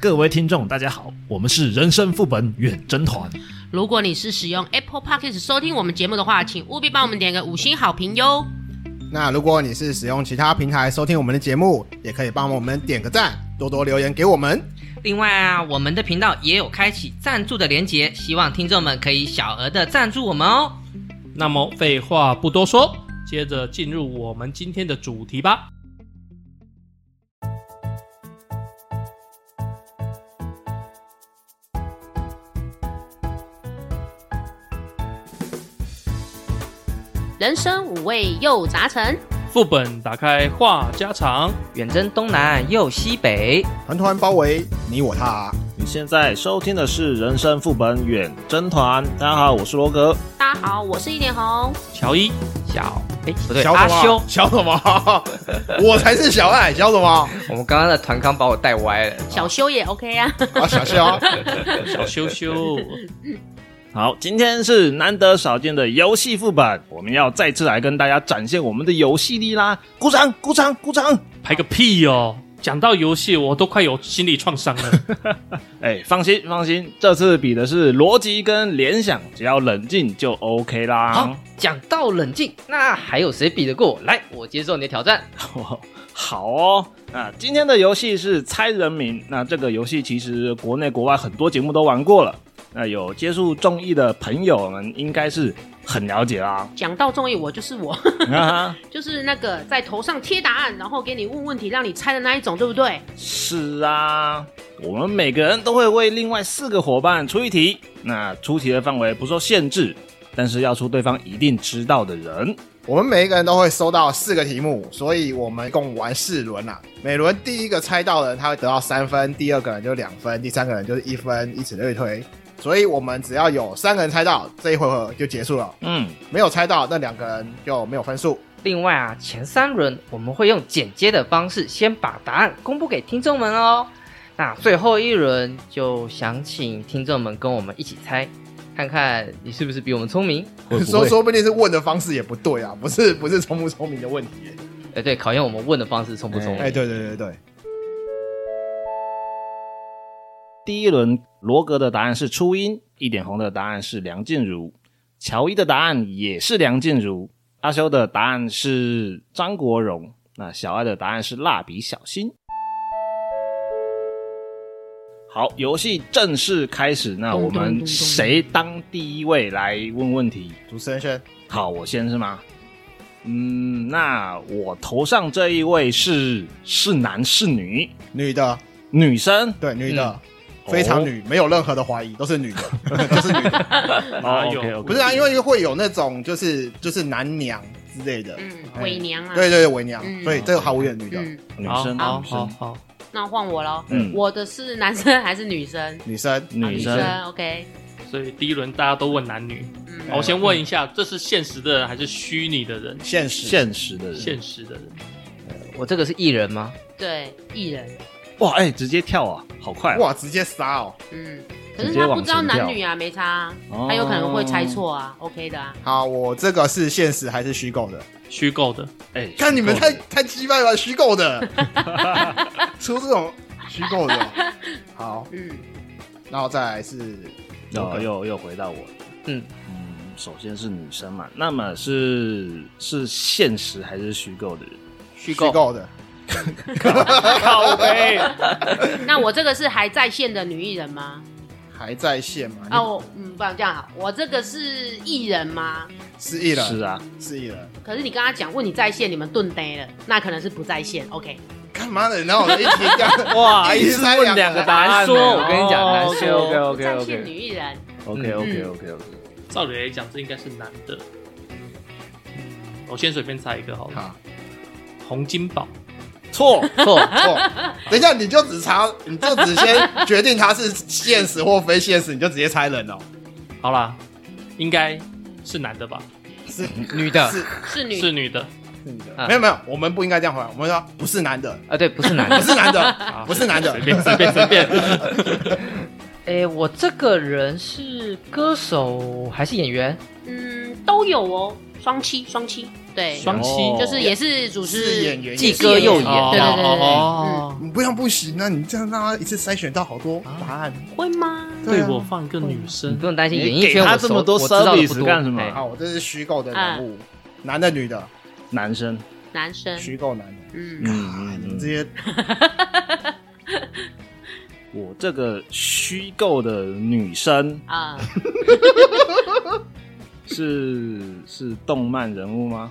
各位听众，大家好，我们是人生副本远征团。如果你是使用 Apple Podcast 收听我们节目的话，请务必帮我们点个五星好评哟。那如果你是使用其他平台收听我们的节目，也可以帮我们点个赞，多多留言给我们。另外啊，我们的频道也有开启赞助的连结，希望听众们可以小额的赞助我们哦。那么废话不多说，接着进入我们今天的主题吧。人生五味又杂陈，副本打开话家常，远征东南又西北，团团包围你我他，你现在收听的是《人生副本远征团》，大家好，我是罗格。大家好，我是一点红。乔伊，小哎不对，小什阿么修， 小什么？我才是小爱，小什么？ 我们刚刚的团康把我带歪了。小修也 OK 啊， 啊，小修。 小羞羞，好，今天是难得少见的游戏副本，我们要再次来跟大家展现我们的游戏力啦！鼓掌，鼓掌，鼓掌！拍个屁哦！讲到游戏，我都快有心理创 伤了。哎，放心，放心，这次比的是逻辑跟联想，只要冷 静就 OK 啦好。，讲到冷静，那还有谁比得过我？来，我接受你的挑战。好， 好哦。那今天的游戏是猜人名，那这个游戏其实国内国外很多节目都玩过了，那有接触综艺的朋友们应该是很了解啦。讲到综艺，我就是我， 啊哈就是那个在头上贴答案，然后给你问问题，让你猜的那一种，对不对？是啊，我们每个人都会为另外四个伙伴出一题，那出题的范围不受限制，但是要出对方一定知道的人。我们每一个人都会收到四个题目，所以我们共玩四轮啦、每轮第一个猜到的人，他会得到三分；第二个人就两分；第三个人就是一分，以此类推。所以我们只要有三个人猜到，这一回合就结束了；嗯，没有猜到，那两个人就没有分数。另外啊，前三轮我们会用剪接的方式先把答案公布给听众们哦。那最后一轮就想请听众们跟我们一起猜，看看你是不是比我们聪明。会不说会？说不定是问的方式也不对啊，不是不是聪不聪明的问题。哎，对，考验我们问的方式聪不聪明。哎，对对对对，第一轮罗格的答案是初音，一点红的答案是梁静茹，乔伊的答案也是梁静茹，阿修的答案是张国荣，那小爱的答案是蜡笔小新。好，游戏正式开始，那咚我咚咚们咚谁当第一位来问问题？主持人轩，好，我先是吗？嗯，那我头上这一位是是男是女？女的，啊女生对女的，嗯非常女，没有任何的怀疑，都是女 的，都是女的。哪哎有哦 OK，OK 不是啊，因为会有那种就是就是男娘之类的，嗯，哎伪娘啊。对对对，伪娘，嗯所以这个毫无疑问女的，嗯，女好生，哦好女好生，好，那换我喽。嗯我的是男生还是女生？女生女啊生。 OK。所以第一轮大家都问男女。嗯哦好我先问一下，这是现实的人还是虚拟的人？现实现实的人，现实的人，我这个是艺人吗？对，艺人，哇，哎、直接跳啊，好快、啊！哇，直接杀哦。嗯，可是直接他往不知道前男跳女啊，没差啊，哦他有可能会猜错啊，OK 的啊。好，我这个是现实还是虚构的？虚构的。哎、看你们虚构太的太鸡掰了，虚构的， 出这种虚构的。 好，嗯，然后再来是又又又回到我了。嗯嗯，首先是女生嘛，那么是是现实还是虚构的人？虚虚构的，靠背，那我这个是还在线的女艺人吗？还在线嘛？啊，我嗯，不然这样好，我这个是艺人吗？是艺人，是啊，是艺人。可是你刚刚讲问你在线，你们顿呆了，那可能是不在线，OK。干嘛的？然后我一题干哇一次哎问哎两个答难哎说，我跟你讲难哦说。不在线女艺人， OK OK OK OK，照理来讲，这应该是男的。嗯我先随便猜一个好了，好洪金宝。错、错，错。等一下，你就只查，你就只先决定他是现实或非现实，你就直接猜人哦。好啦，应该是男的吧？是女的是是女是女的。女的，嗯没有没有，我们不应该这样回答，我们说不是男的，啊，对，不是男不 的。是男的，不是男的随。便随便随便，哎，我这个人是歌手还是演员？嗯，都有哦，双七双七，对，双七哦就是也是主是持演员既歌又演，哦对对对对对，哦嗯，你不样不行啊！你这样让他一次筛选到好多答案， 会吗？对为啊我放一个女你生不，用担心，你演艺给圈他我这熟么多我知道的不 service 多干什么哎好，我这是虚构的人物，男的女的，男生，嗯男生，虚构男的，嗯，你嗯嗯们这嗯，些我这个虚构的女生啊，是是动漫人物吗？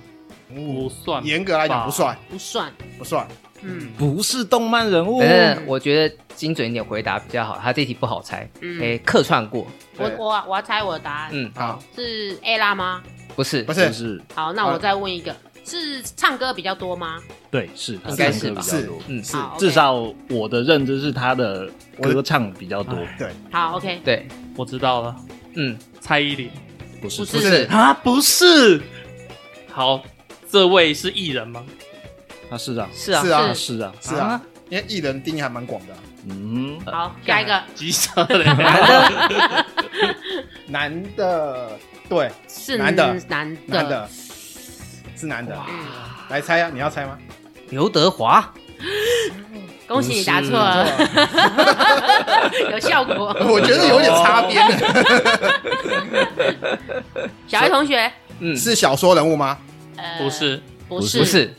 不物，算吧，严格来讲不算，不算，不算。嗯不是动漫人物等，等，我觉得精准一点回答比较好，他这题不好猜，嗯，哎，客串过，我对我我要猜我的答案嗯，好，是 A 拉吗？不是不，是是不是？好，那我再问一个，是唱歌比较多吗？对，是应该是他吧唱歌比是较多，嗯，是好，OK 至少我的认知是他的我的歌唱比较多，哎对，好，OK，对，我知道了，嗯，蔡依林不是不不是是，啊，不是。好，这位是艺人吗？他是啊，是啊，是他啊，是啊，是啊，因为艺人定义还蛮广的啊，嗯，啊好，下一个机车嘞，男的，对，是男的男的，男的，是男的，嗯，来猜啊，你要猜吗？刘德华，恭喜你答错了， 有效果。 我觉得有点擦边了，小爱同学，嗯，是小说人物吗？呃，不，是，不是，不，是？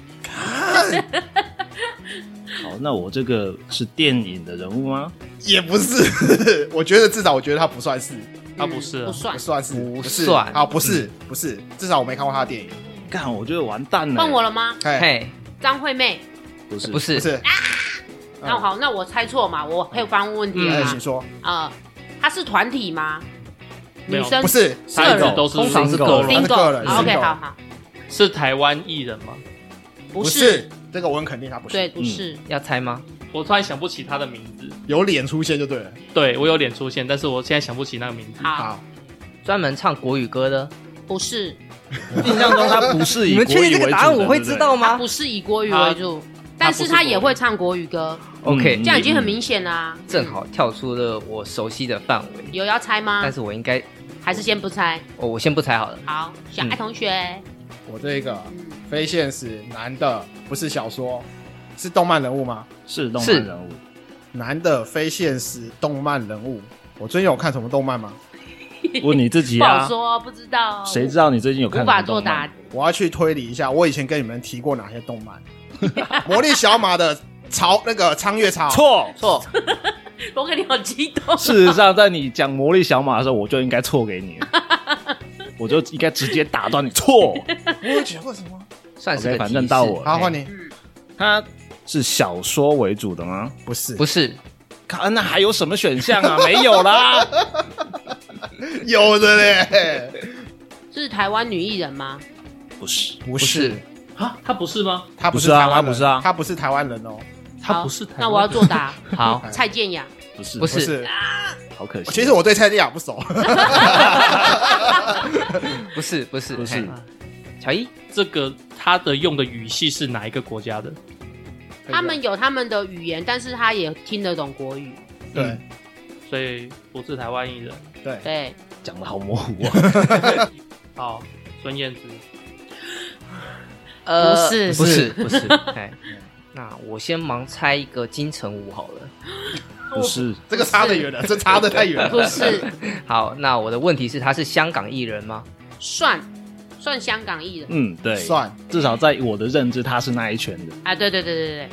好，那我这个是电影的人物吗？也不是， 我觉得至少我觉得他不算是，他不是啊不算不。算是，不是算啊，不是，不是，至少我没看过他的电影。干，我觉得完蛋了。问我了吗？哎，嘿，张惠妹。不是不不是，是，嗯那好，那我猜错嘛？我可以翻问问题哎，了请吗？说，啊，他是团体吗？女没有生不是，是他个一直人都是通常是个个人他是个人好，OK， single 好好，是台湾艺人吗？不不是，是，这个我很肯定他不对，是，嗯不是，要猜吗？我突然想不起他的名字。有脸出现就对了。对我有脸出现，但是我现在想不起那个名字。好，好，专门唱国语歌的，不是，印象中他不是以你们确定这国个语为主答案的我会知道？啊他吗不是以国语为主，但是他他啊不是国语也会唱国语歌， ？OK，嗯这样已经很明显啊啦。嗯正好跳出了我熟悉的范围，有要猜吗但？是我应该，哦还是先不猜？我我先不猜好了，好，小爱同学，我这个嗯非现实男的，不是小说，是动漫人物吗？对不对是动是漫人物，男的非现实动漫人物，我最近有看什么动漫吗？问你自己不好啊，说，不知道，谁知道你最近有无看什么法动作答漫？。我要去推理一下，我以前跟你们提过哪些动漫？魔力小马的朝那个苍月草，错错，罗哥，你好激动，事实上，在你讲魔力小马的时候，我就应该错给你了， 我就应该直接打断你 错。我有讲过什么？算是 OK，个反提正示。到我了好，换你，嗯，他是小说为主的吗？不是，不是，看那还有什么选项啊？没有 啦。有的嘞，是台湾女艺人吗？不是，不不是，啊，他不是吗？他不不是是啊台湾人他不是啊他不是台湾人哦，他好不是台湾。那我要作答，好， 蔡健雅。不是，不不是。好可惜。啊其实我对蔡健雅不熟，不是，不是，不是嘿乔伊，这个他的用的语系是哪一个国家的？他们有他们的语言，但是他也听得懂国语。对嗯所以不是台湾艺人。对，对，讲的好模糊啊。 好，孙燕姿。呃，不是不 是，不是，哎，那我先盲猜一个金城武好了。不是，这个差得远了，这差得太远不了，是好，那我的问题是，他是香港艺人吗？算算香港艺人嗯，对，算至少在我的认知，他是那一圈的。啊？对对对对对，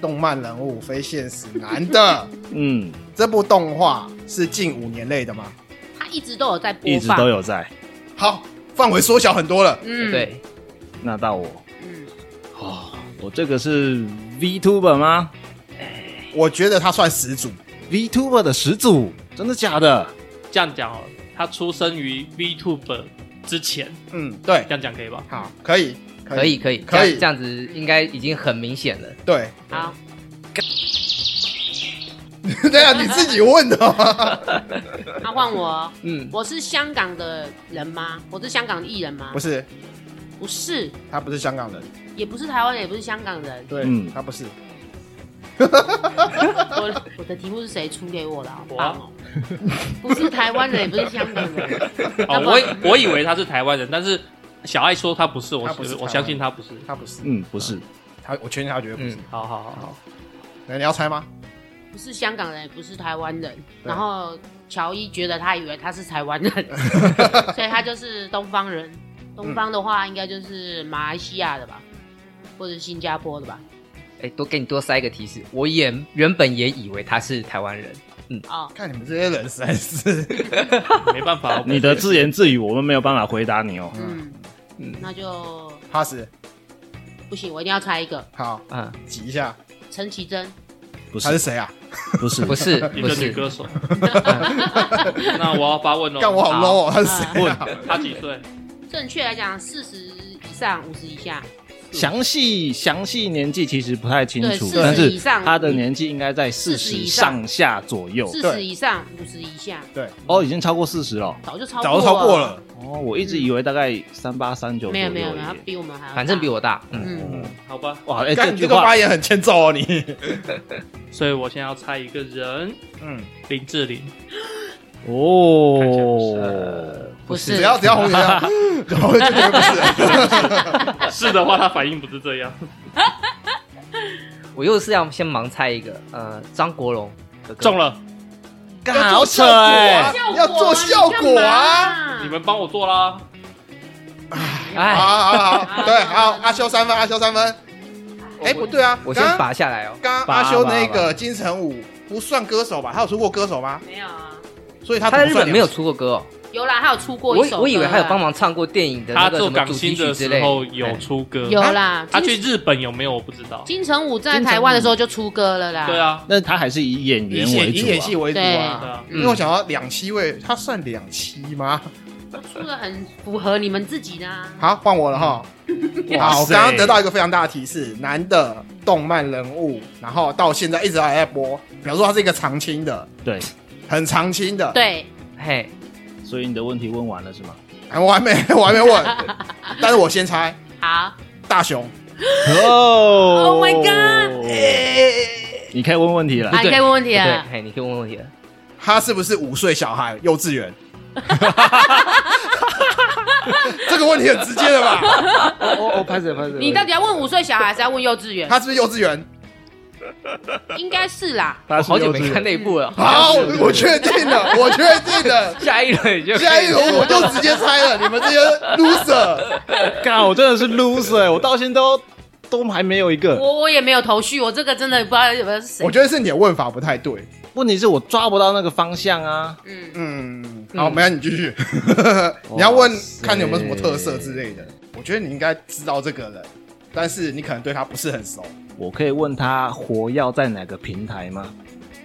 动漫人物非现实男的。嗯，这部动画是近五年内的吗？他一直都有在播一直放，都有在。好，范围缩小很多了。嗯，对，那到我，嗯，哦，我这个是 VTuber 吗我觉得他算始祖， ？VTuber 的始祖，真的假的？这样讲好了，他出生于 VTuber 之前，嗯，对这，样讲 可以吧？好，可以，可以，可以，可以这样这样子应该已经很明显了。对， 好，对啊，你自己问的 吗，那换我，嗯，我是香港的人吗？我是香港艺人吗？不是，不是，他不是香港人， 也不是台湾人，也不是香港人，对嗯他不是，我我我的题目是谁出给我的？好我啊棒哦！不是台湾人，也不是香港人，哦那，不我以我以为他是台湾人，但是小爱说他不是，我他不是台湾我相信他不是。他不是，嗯，不是，他我确定他绝对不是。嗯好好好好， 那你要猜吗？不是香港人，也不是台湾人。对然后乔伊觉得他以为他是台 湾人，所以他就是东方人。东方的话，应该就是马来西亚的吧，或者新加坡的吧。哎，多给你多塞一个提示，我也原本也以为他是台湾人，哦，看你们这些人实在是，没办法，你的自言自语我们没有办法回答你哦。嗯，嗯那就 哈斯，不行，我一定要猜一个。好，嗯，挤一下，陈绮贞，不他是是，谁啊？不是，不是嗯一 不个女是，歌手。那我要发问哦，干我好 low 哦，他是谁啊？ 问他几岁？正确来讲，四十以上，五十以下。详细详细年纪其实不太清楚，对但40是以上他的年纪应该在四40十以上上下左右。四哦对十以上，五十以下，对，哦，已经超过四十了。早就超早就超过过。了。哦，我一直以为大概三八三九左没有右没有没有，他耶比我们还要大反正比我大，嗯，嗯，好吧，哇，哎，干这你句这个话发言很欠揍哦，你。所以我现在要猜一个人，嗯，林志玲。看起来不是哦呃，不是只要只要红姐这 样，然后就觉得不是。啊是的话，他反应不是 这样。我又是要先盲猜一个，呃，张国荣哥哥中了，干好扯哎！啊要做效果啊啊你们帮我做啦。好哎，好好，对，好，阿修三分，阿修三分。哎，不对啊，我先刚刚拔下来哦，刚刚拔阿修那拔个金城武不算歌手吧？他有出过歌手吗？没有啊？所以他他在日本没有出。出过歌哦，有啦，他有出过我一首歌啦，啊我以为他有帮忙唱过电影的那他个什做么港主星题曲的之时类。哎候有出歌，有啦。啊他金去日本有没有我不知道。金城武在台湾的时候就出歌了啦。对，啊，那他还是以演以员为演以演主啊戏为主对啊。啊，因为我想到两栖位，他算两栖吗？出的很符合你们自己的啊。好，换我了哈。啊！好，我塞刚刚得到一个非常大的提示，男的动漫人物，然后到现在一直还在播。比方说他是一个长青的，对，很长青的。，对，嘿，所以你的问题问完了是吗？我还没我还没问，但是我先猜好，大雄。哦 Oh my god！哎你可以问问题了啊，。你可以问问题对啊，。嘿，你可以问问题了。他是不是五岁小孩，幼稚园？ 这个问题很直接的吧？哦哦，拍手拍手。你到底要问五岁小孩，还是要问幼稚园？他是不是幼稚园？应该是啦。他我是好久幼稚没园看那一部了。好，我确定了，我确定了。下一轮 就下一轮我就直接猜了，你们这些 loser。干，我真的是 loser，我到哎现在都都还没有一个。我我也没有头绪，我这个真的不知道有没有是谁我。觉得是你的问法不太对。问题是我抓不到那个方向啊。嗯，嗯，好，没有你继 续。你要问看你有没有什么特色之类的。我觉得你应该知道这个人，但是你可能对他不是很熟。我可以问他活要在哪个平台吗？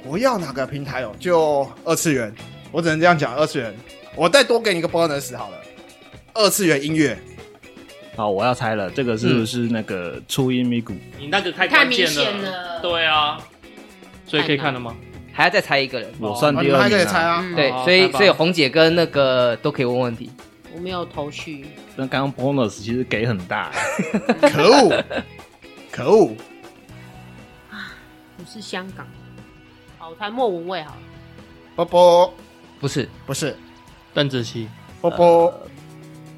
我要哪个平台哦？就二次元，我只能这样讲。二次元，我再多给你一个 bonus 好了。二次元音乐，好，我要猜了，这个是不是那个初音咪咕？你那个太太关明键显了。对啊，所以可以看了吗？还要再猜一个人。我算啊你第们二还可以名猜啊。啊。嗯对，好所以拜拜所以红姐跟那个都可以问问题。嗯我没有头绪。那刚刚 bonus 其实给很大，可恶，可恶！不是香港。好，我猜莫文蔚好了。波波不是，不是邓紫棋，波波，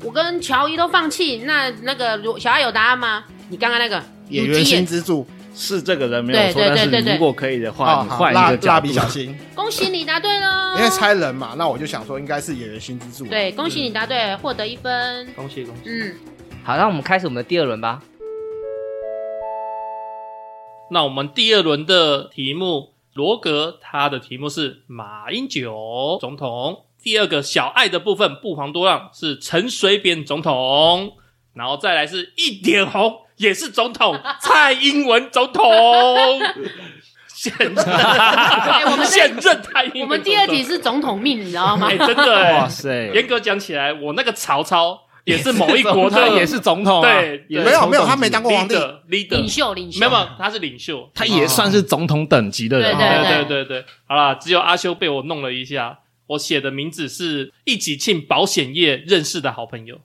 我跟乔伊都放弃，那那个如小爱有答案吗？你刚刚那个演如员今新支柱是这个人没有对错，对但对对是你对如果可以的话，啊，你好换蜡一个角蜡度笔小新。恭喜你答对了，因为猜人嘛，那我就想说应该是演员新之助。，对，恭喜你答对，获得一分。恭喜恭喜！嗯，好，那我们开始我们的第二轮吧。那我们第二轮的题目，罗格他的题目是马英九总统。第二个小爱的部分不遑多让，是陈水扁总统，然后再来是一点红，也是总统，蔡英文总 统。现任，哎我们这现任蔡英文总统。我们第二题是总统命，你知道 吗哎、？真的、哇哎塞，严格讲起来，我那个曹操也是某一国 他的，也是 总统啊，对也是没有总统没有，他没级当过皇帝。 leader 领 leader，袖，领袖，没有没有，他是领袖。他也算是总统等级的人对啊。对对对对，好啦，只有阿修被我弄了一下。我写的名字是一起进保险业认识的好朋友，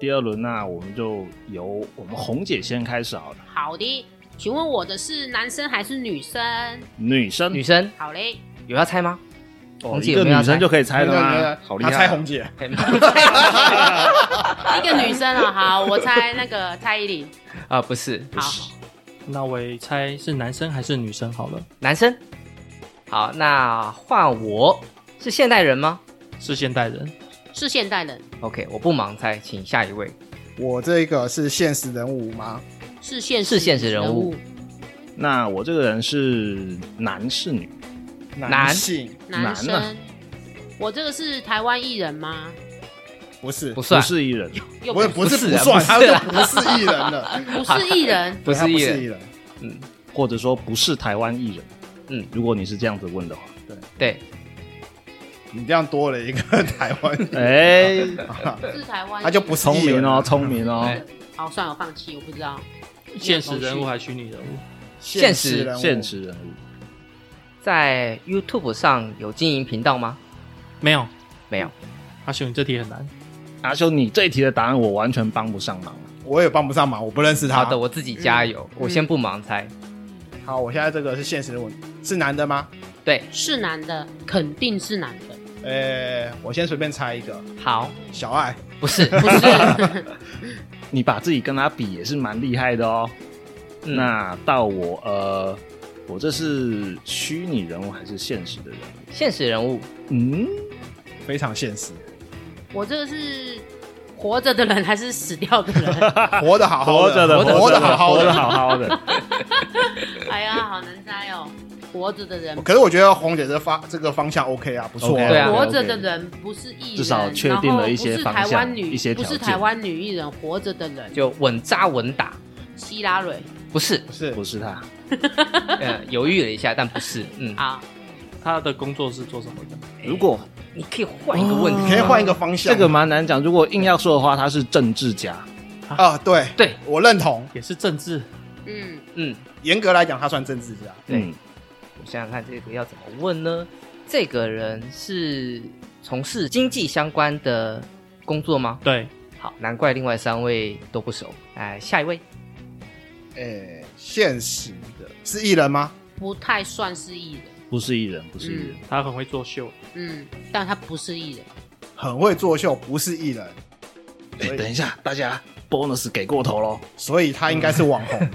第二轮呢、我们就由我们红姐先开始好了。好的，请问我的是男生还是女生？女生女生好嘞，有要猜吗？哦红姐一有个没有要女猜生就可以猜了对啦对，对好厉他害！啊猜红姐， 一个女生哦，好，我猜那个蔡依林，啊，不是好，那我也猜是男生还是女生好了，男生。好，那换我是现代人吗是现代人，是现代人， ？OK，我不盲猜，请下一位。我这个是现实人物吗？是现是现实人人物，那我这个人是男是女？男性男男生。我这个是台湾艺人吗？不是不，不算，是一人，又不是不不是不是不啊算，不他是就啊不是艺人 了，不是艺人，不对他是不艺是艺人，人，嗯，或者说不是台湾艺人。嗯，如果你是这样子问的话，对，你这样多了一个台湾 艺人，哎，不是台湾艺人，他就不是聪艺人明哦，，聪明哦，哎好，算了，我放弃，我不知道。现实人物还是虚拟人物？现实人物现实人物在 YouTube 上有经营频道吗？没有，没有。阿雄，你这题很难。阿修，你这一题的答案我完全帮不上忙。我也帮不上忙，我不认识他。好的，我自己加油，我先不盲猜。好，我现在这个是现实人物，是男的吗？对，是男的，肯定是男 的，呃，我先随便猜一个，好，小爱，不是，不是 你把自己跟他比也是蛮厉害的哦。嗯那到我呃，我这是虚拟人物还是现实的人物？现实人物，嗯，非常现实，我这个是活着的人还是死掉的人？ 活得好好的，活活得好好好活得的。好 好的。哎呀，好难猜哦，活着的人。可是我觉得红姐这方这个方向 OK 啊，不错 OK 啊。对啊活着的人不是艺人，至少确定了一些然后不是台方向湾女，一些不条件是台湾女艺人，活着的人就稳扎稳打，希拉蕊不是，不是不是他，呃，犹豫了一下，但不是，嗯，啊，他的工作是做什么的？如果哎你可以换一个问题，你可以换一个方向。这个蛮难讲，如果硬要说的话，他是政治家，啊，对对，我认同。也是政治，嗯，嗯，严格来讲，他算政治家。对嗯，我想想看这个要怎么问呢？这个人是从事经济相关的工作吗？对，好，难怪另外三位都不熟。哎，下一位，诶，哎现实的是艺人吗？不太算是艺人，不是艺人，不是艺人，他很会作秀，嗯，但他不是艺人，很会作秀，不是艺人，哎、等一下，大家 bonus 给过头喽，所以他应该是网 红，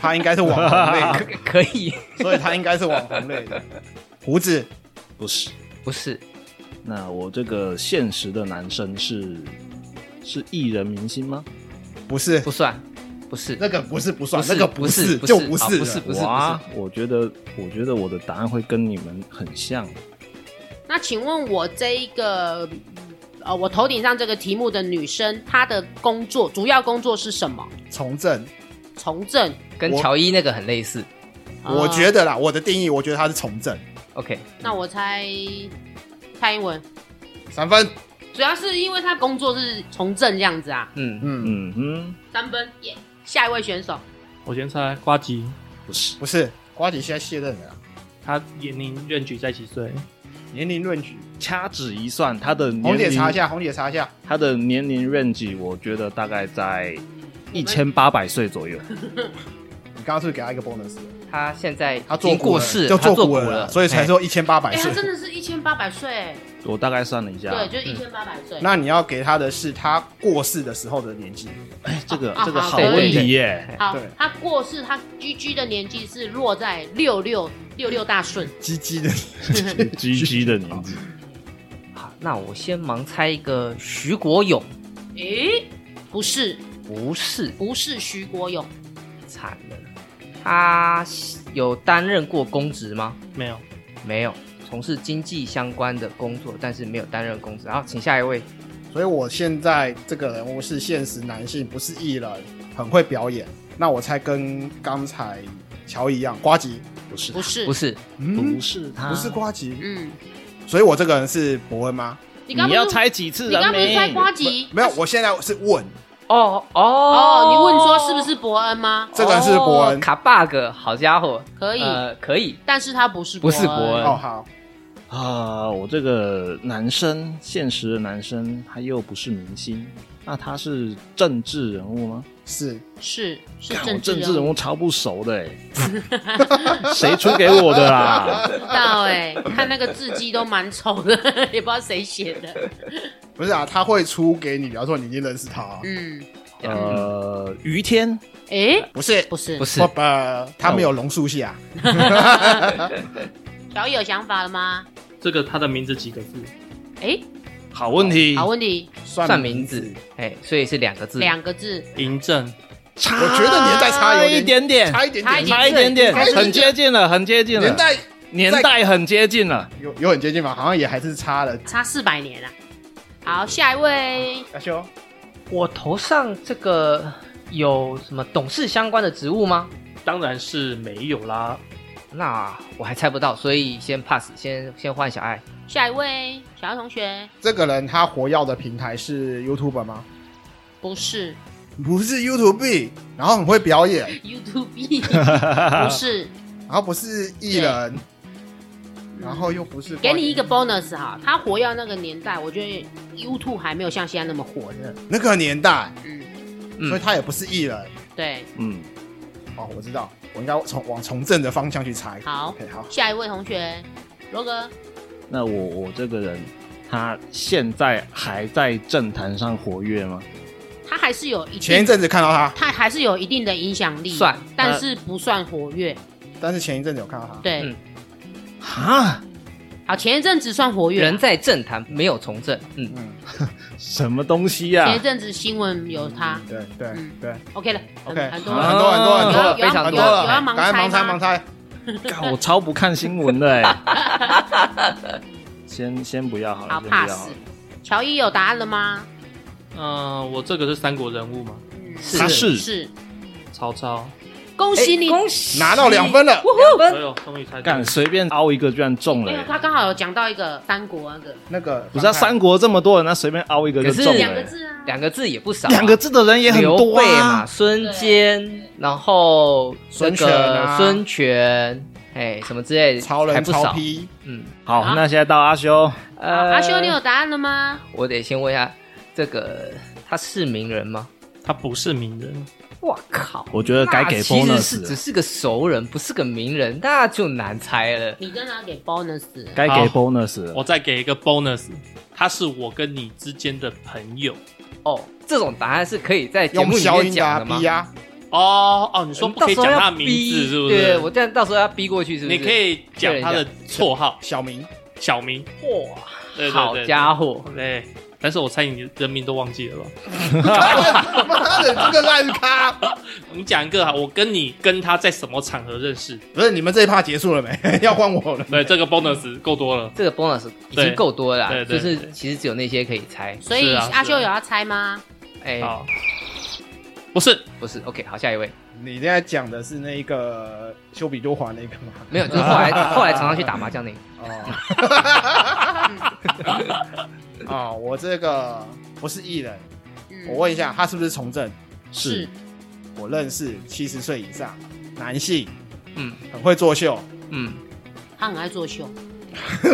他应该是网红类的，可以？所以他应该是网红类的。胡子不是。不是，那我这个现实的男生是是艺人明星吗？不是不算，不是，那个不是不算，不是那个不是是不是就啊是不是了不是哇，我觉得我觉得我的答案会跟你们很像，那请问我这一个，呃，我头顶上这个题目的女生，她的工作主要工作是什么？从政。从政。呃跟我乔伊那个很类似。啊我觉得啦，我的定义，我觉得他是从政。 OK，那我猜蔡英文，三分，主要是因为她工作是从政这样子啊。嗯，嗯，嗯哼，三分，耶、下一位选手，我先猜瓜吉，不是，不是瓜姐现在卸任了啦，他年龄任举在几岁？嗯年龄论局。掐指一算，他的红年姐龄查一下，红姐查一下，他的年龄 range，我觉得大概在一千八百岁左右。你刚刚是不是给他一个 bonus？他现在他已做经古过了世，就他做古古了，所以才说一千八哎、百她岁。真的是一千八百岁，哎我大概算了一下，对，就一千八百岁。那你要给他的是他过世的时候的年纪，哎，这个啊这个好好对问对题耶。好对，她过世，她居居的年纪是落在六六六六大顺，鸡鸡的 G G 的年纪，哎好，那我先盲猜一个徐国勇，诶、不是，不是，不是徐国勇，惨了。他有担任过公职吗？没有，没有，从事经济相关的工作，但是没有担任公职。好，请下一位。所以我现在这个人物是现实男性，不是艺人，很会表演。那我猜跟刚才乔一样，瓜吉，不是不是，不，是，不嗯，是他，不是瓜吉，嗯，所以我这个人是伯恩吗？你刚你不要是猜几次你刚人不是猜名？瓜吉？没有，我现在是问，哦哦哦，你问说是不是伯恩吗？这个人是伯恩哦卡 bug，好家伙，可以呃，可以，但是他不是不是伯伯恩哦，好，啊，我这个男生，现实的男生，他又不是明星，那他是政治人物吗？是是是干我政政治哦治人物物超不熟的、欸， 谁出给我的啊 啦？不知道哎、他那个字迹都蛮丑的，也不知道谁写的。不是啊？他会出给你，比方说你已经认识他、嗯，呃，于天，哎、不是？不是不，是不，呃，他没有榕树下，小易有想法了吗？这个他的名字几个字？哎、好问题，好问题，算算名字，哎，所以是两个字。两个字，嬴政，差我觉得年代差有点一点点，差一点差点，一差一点点，差一点点很接近了，很接近了，年代年代很接近了。有有很接近吧？好像也还是差了。差四百年啊。好，下一位，阿修，我头上这个有什么董事相关的职务吗？当然是没有啦。那我还猜不到，所以先 pass，先先换小爱。下一位，小爱同学，这个人他活跃的平台是 YouTube 吗？不是不是 YouTube，然后很会表演， YouTube，不是，然后不是艺人，然嗯后又不是给你一个 bonus 哈，他活跃那个年代，我觉得 YouTube 还没有像现在那么火热。那个年代，嗯，嗯所以他也不是艺人。对，嗯，哦，我知道，我应该从往从正的方向去猜。好 OK，好，下一位同学，罗哥，那我我这个人，他现在还在政坛上活跃吗？他还是有一定前一阵子看到他，他还是有一定的影响力，算但是不算活跃。但是前一阵子有看到他，对，嗯哈，好，前一阵子算活跃啊，人在政坛没有从政，嗯，嗯，什么东西啊 呀、前一阵子新闻有他对对嗯对， ，OK 了 OK，很很多好了人很多很多很多有了有非常有很多多了，有要赶盲快盲猜猜吗盲猜，干我超不看新闻的、欸。 先先不要好了，好先不要 pass 好了。。乔伊有答案了吗？嗯、我这个是三国人物嘛，嗯，是他是是，曹操。恭哎喜你，恭喜拿到两，分了，两哎分呦，终于猜对干了。随便凹一个居然中了、因为欸，他刚好有讲到一个三国那个那个不是、啊、翻三国这么多人，那随便凹一个就中了、可是两欸个。字啊，两个字也不少啊，两个字的人也很刘多备嘛，啊，孙坚，然后这孙权个啊孙权，哎，什么之类的，看超还人不超少， P，嗯，呃好，啊那现在到阿修，啊好阿修，你有答案了吗？我得先问一下，这个他是名人吗？他不是名人，我靠，我觉得该给那其实 bonus 是了只是个熟人，不是个名人，那就难猜了。你真的要给 bonus 了该啊哎给好 bonus 了。我再给一个 bonus，他是我跟你之间的朋友。哦，这种答案是可以在节用目里消面音的讲啊的吗 B？呀，哦哦，你说不可以讲他的名我嗯们字到时是候要逼不对，是？我这样到时候要逼过去，是不是？你可以讲他的绰号小明，小名。哇，对对好对，家伙，对。但是我猜你人名都忘记了吧？妈的，这个烂咖，你讲一个啊，我跟你跟他在什么场合认识？不是你们这一趴结束了没？ 要换我了，对，这个 bonus 够多了。这个 bonus 已对经够多了对啦，对就对是其实只有那些可以猜。所以是啊阿是修啊有要猜吗？哎，好，不是不是，OK，好，下一位，你现在讲的是那一个修比多华那个吗？没有，就是后 来后来常常去打麻将那个，哦，嗯哦，我这个不是艺人，嗯 我问一下，他是不是从政？是我认识七十岁以上男性，嗯很会作 秀，嗯，他很爱作秀，会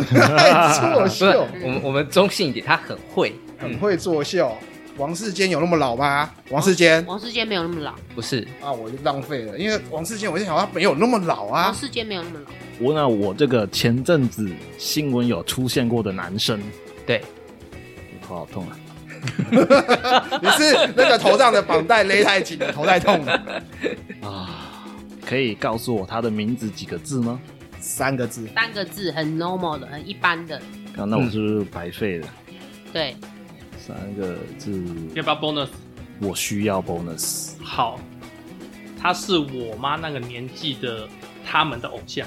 作不是，秀，我们我们中性一点，他很会， 很会作秀。王世坚有那么老吗？王世坚王世坚没有那么老，不是，啊，我就浪费了，因为王世坚，我就想他没有那么老王啊。 世坚没有那么老，我那我这个前阵子新闻有出现过的男生，对，我头好痛啊！你是那个头上的绑带勒太紧了，头太痛了。可以告诉我他的名字几个字吗？三个字，三个字很 normal 的，很一般的，啊，那我是不是白费了？对，三个字，要不要 bonus？我需要 bonus。好，他是我妈那个年纪的他们的偶像，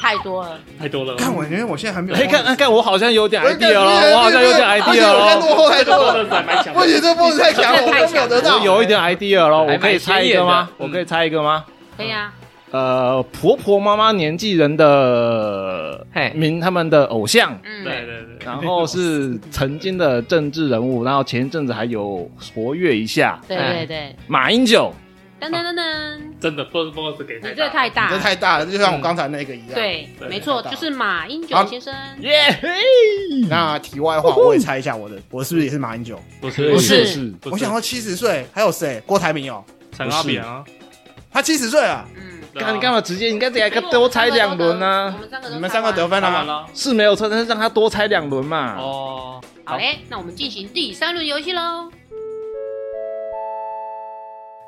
太多了。太多了。看我，因为我现在还没有。嗯哎，看看看，我好像有点我 idea 了，我好像有点 idea 我现在落了，后哦太多了。 bonus 还蛮 强的不行，这不能太强了，我都没有得到。我有一点 idea 了，还我可以蛮猜显一眼个的吗？嗯我可以猜一个吗？可以啊，呃，婆婆妈妈年纪人的嘿名，他们的偶像，嗯，对对对，然后是曾经的政治人物，然后前一阵子还有活跃一下，哎对对对马英九，噔噔噔噔，真的 first boss 给你太这大太了大这了，太大了，就像我刚才那个一样。，对，对没错，太大就是马英九好先生，耶、那题外话，我也猜一下我的，我是不是也是马英九？不不是是是，不我是想，要七十岁，还有谁？郭台铭哦，陈阿扁啊，他七十岁了，嗯，对啊干你干嘛直接？你干脆给他哎多猜两轮我啊！们三个都你们三个得分。分看完啦。了是没有错，但是让他多猜两轮啊嘛。哦，好嘞，那我们进行第三轮游戏喽。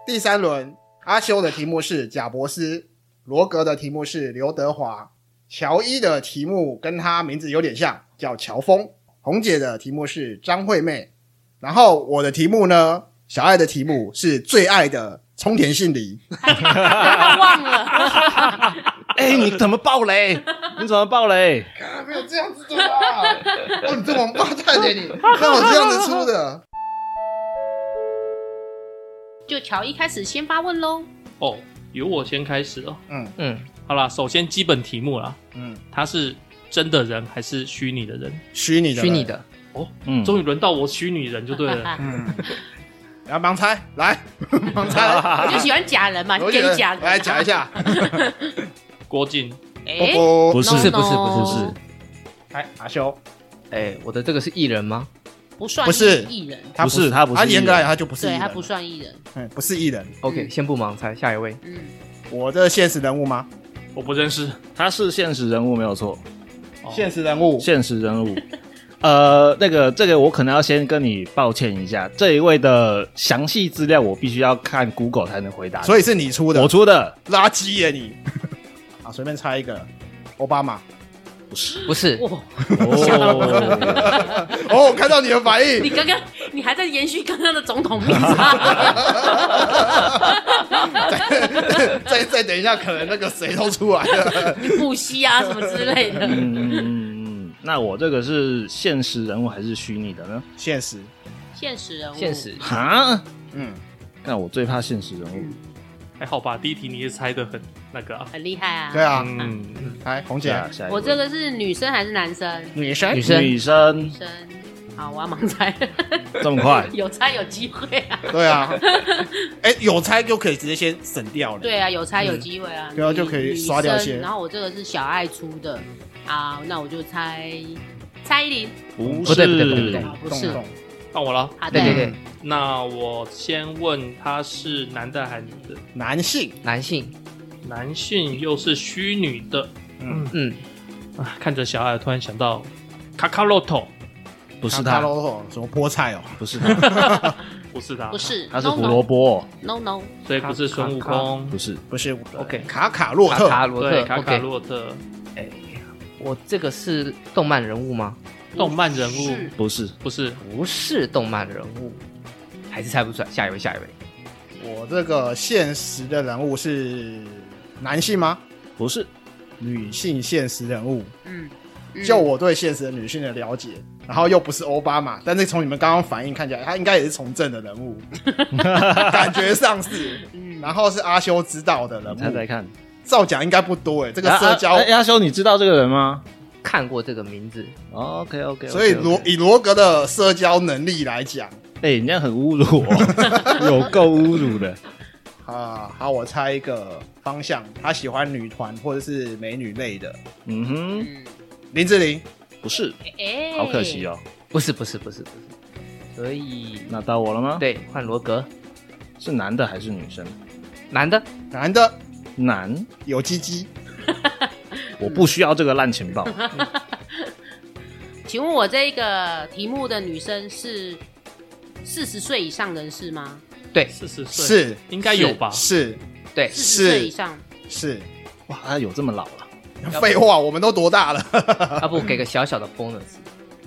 第三轮，阿修的题目是贾博斯，罗格的题目是刘德华，乔伊的题目跟他名字有点像，叫乔峰。红姐的题目是张惠妹，然后我的题目呢，小爱的题目是最爱的冲田杏梨。他忘了，哎、你怎么爆雷？ 你怎么爆雷？啊，没有这样子的吧？ 哦，你这王八蛋哎、你看我这样子出的。 就乔一开始先发问喽。哦，由我先开始哦。嗯嗯，好啦，首先基本题目啦，嗯，他是真的人还是虚拟的人？虚拟的，虚拟。的，嗯，终于轮到我虚拟人 就对了。嗯，然后盲猜，来 盲猜，我就喜欢假人嘛，就我给觉你得假我来人。讲一下，郭靖，波哎，波不是 no，不是不是 no 不哎阿修，哎，我的这个是艺人吗？不算不是艺人，他不是他不是他艺人严格来讲他就不是艺对人，他不算艺人。嗯，不是艺人。 OK，嗯先不盲猜，下一位。嗯，我的现实人物吗？我不认识。他是现实人物没有错，哦现实人物现实人物。 呃，那个这个我可能要先跟你抱歉一下，这一位的详细资料我必须要看 Google 才能回答你。所以是你出的我，出的垃圾耶 你！啊，随便猜一个，奥巴马。不是，哇，哦， 哦，我看到你的反你应，刚刚你还在延续刚刚的总统啊密杀， 再再等一下，可能那个谁都出来 了。你补习啊什么之类的。嗯，那我这个是现实人物还是虚拟的呢？现实，现实人物，现实哈，嗯，那我最怕现实人物。还好吧，第一题你也猜的很那个啊。很厉害啊。对啊，嗯，来红对姐，啊，下一位我这个是女生还是男生？女生女生女生女生。好，我要盲猜，，这么快有猜有机会啊。对啊， 哎、有猜就可以直接先省掉了。对啊，有猜有机会啊，对啊女就可以刷掉一些女生然后我这个是小爱出的啊，那我就猜蔡依林。不不对不对不对不对是啊，不动是，动到我了。好的，对对对，嗯那我先问他是男的还是女的？男性，男性，男性又是虚拟的嗯，嗯，啊！看着小爱，突然想到卡卡洛托，不是卡他，罗托什么菠菜哦，不是他，不是他，不，是，他是胡萝卜哦， ，no no，所以不是孙悟卡卡空不，是。不是 OK 卡卡洛卡特，卡罗对，特卡卡，OK，洛特，我这个是动漫人物吗？动漫人是物不是，不是不是动漫人物，还是猜不出来。下一位，下一位，我这个现实的人物是男性吗？不是，女性现实人物，嗯，嗯就我对现实的女性的了解，然后又不是奥巴马，但是从你们刚刚反应看起来，他应该也是从政的 人物，感觉上是。嗯然后是阿修知道的人你猜猜物，看。啊照讲应该不多哎，这这个社交，阿修，你知道这个人吗哦看过这个名字， ？OK OK，所以罗以罗格的社交能力来讲哎，你这样很侮 辱我，有够侮辱的。啊，好，我猜一个方向，他喜欢女团或者是美女类的，嗯哼，嗯，林志玲，不是，哎，好可惜，哦。不是，不是，不是，不是，所以那到我了吗？，对，换罗格，是男的还是女生？男的，男的男，有鸡鸡，我不需要这个烂情 报。请问我这个题目的女生是四十岁以上人士吗？对四十岁，是啊应该有吧？是 对，四十岁以上，是，哇，他有这么老了？废话，我们都多大了？ 要不给个小小的 bonus，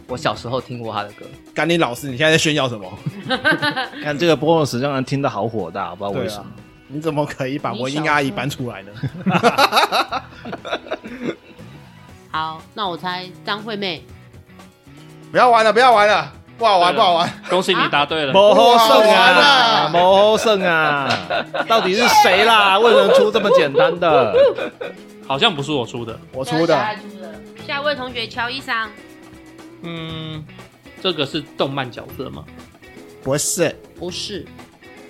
我小时候听过他的歌，甘霖老师，你现在在炫耀什么？ 看这个 bonus 让人听得好火大，不知道啊为什么。你怎么可以把文英阿姨搬出 来呢？好，那我猜张惠妹，不要玩了，不要玩了，不好玩，对了不好玩。恭喜你答对了，摩后胜完啊，了摩后 胜啊，到底是谁啦？为什么出这么简单的？好像不是我出的。我出的，的，下一位同学乔伊桑，嗯，这个是动漫角色吗？不是，不是，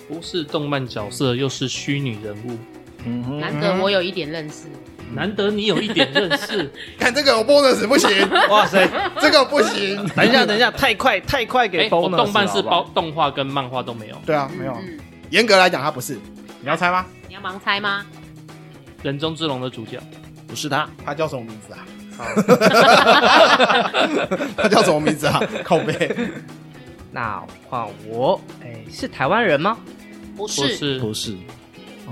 不是动漫角色，又是虚拟人物，嗯哼，难得我有一点认识，难得你有一点认识。看这个有 bonus 不行，哇塞！这个不行。等一下，等一下，太快太快给哎，我 bonus 了动漫是好不好包动画跟漫画都没有，对啊，没有啊。嗯，嗯严格来讲，它不是。你要猜吗？你要盲猜吗？人中之龙的主角不是他，它叫什么名字啊？ 它叫什么名字啊？靠背。那换我，哎、是台湾人吗？不不是，是不是，